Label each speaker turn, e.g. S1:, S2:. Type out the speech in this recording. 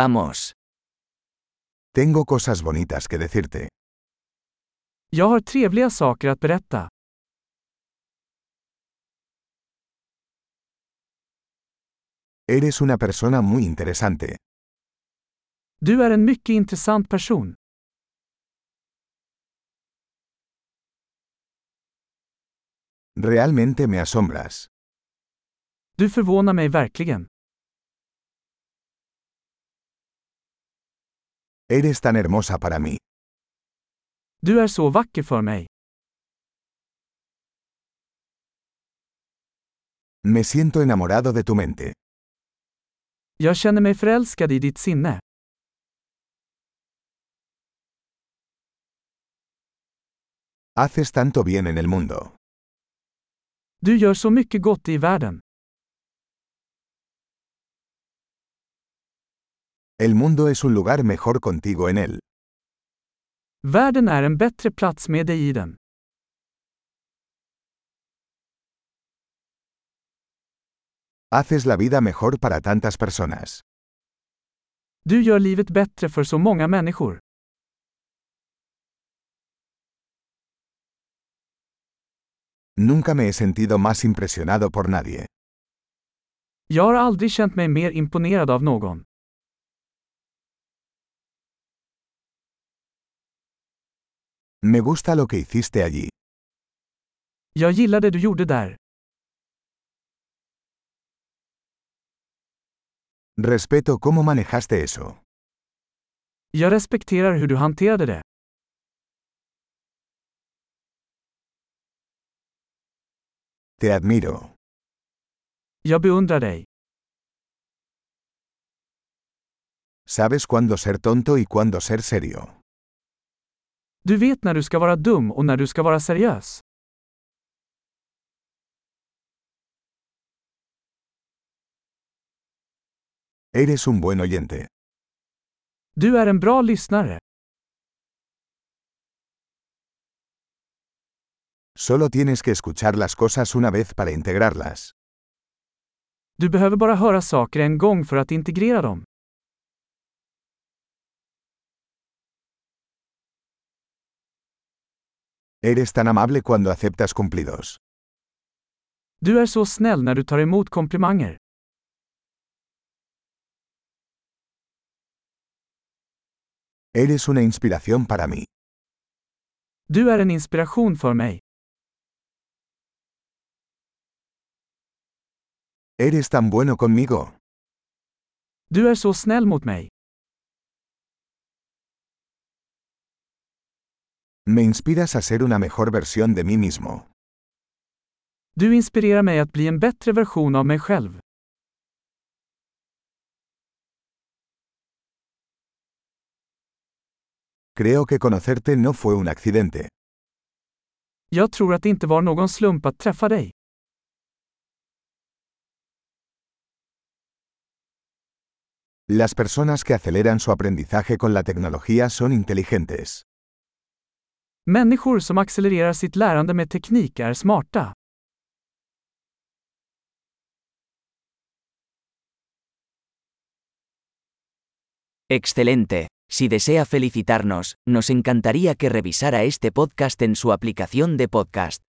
S1: Vamos.
S2: Tengo cosas bonitas que decirte.
S3: Jag har trevliga saker att berätta.
S2: Eres una persona muy interesante.
S3: Du är en mycket intressant person.
S2: Realmente me asombras.
S3: Du förvånar mig verkligen.
S2: Eres tan hermosa para mí.
S3: Du är så vacker för mig.
S2: Me siento enamorado de tu mente.
S3: Jag känner mig förälskad i ditt sinne.
S2: Haces tanto bien en el mundo.
S3: Du gör så mycket gott i världen.
S2: El mundo es un lugar mejor contigo en él.
S3: Världen är en bättre plats med dig i den.
S2: Haces la vida mejor para tantas personas.
S3: Du gör livet bättre för så många människor.
S2: Nunca me he sentido más impresionado por nadie.
S3: Jag har aldrig känt mig mer imponerad av någon.
S2: Me gusta lo que hiciste allí.
S3: Jag gillar det du gjorde där.
S2: Respeto cómo manejaste eso.
S3: Jag respekterar hur du hanterade det.
S2: Te admiro.
S3: Jag beundrar dig.
S2: Sabes cuándo ser tonto y cuándo ser serio.
S3: Du vet när du ska vara dum och när du ska vara seriös.
S2: Eres un buen oyente.
S3: Du är en bra lyssnare.
S2: Solo tienes que escuchar las cosas una vez para integrarlas.
S3: Du behöver bara höra saker en gång för att integrera dem.
S2: Eres tan amable cuando aceptas cumplidos.
S3: Du är så snäll när du tar emot komplimanger.
S2: Eres una inspiración para mí.
S3: Du är en inspiration för mig.
S2: Eres tan bueno conmigo.
S3: Du är så snäll mot mig.
S2: Me inspiras a ser una mejor versión de mí mismo.
S3: Du inspirerar mig att bli en bättre version av mig själv.
S2: Creo que conocerte no fue un accidente.
S3: Jag tror att det inte var någon slump att träffa dig.
S2: Las personas que aceleran su aprendizaje con la tecnología son inteligentes.
S3: Människor som accelererar sitt lärande med teknik är smarta.
S1: Excelente. Si desea felicitarnos, nos encantaría que revisara este podcast en su aplicación de podcast.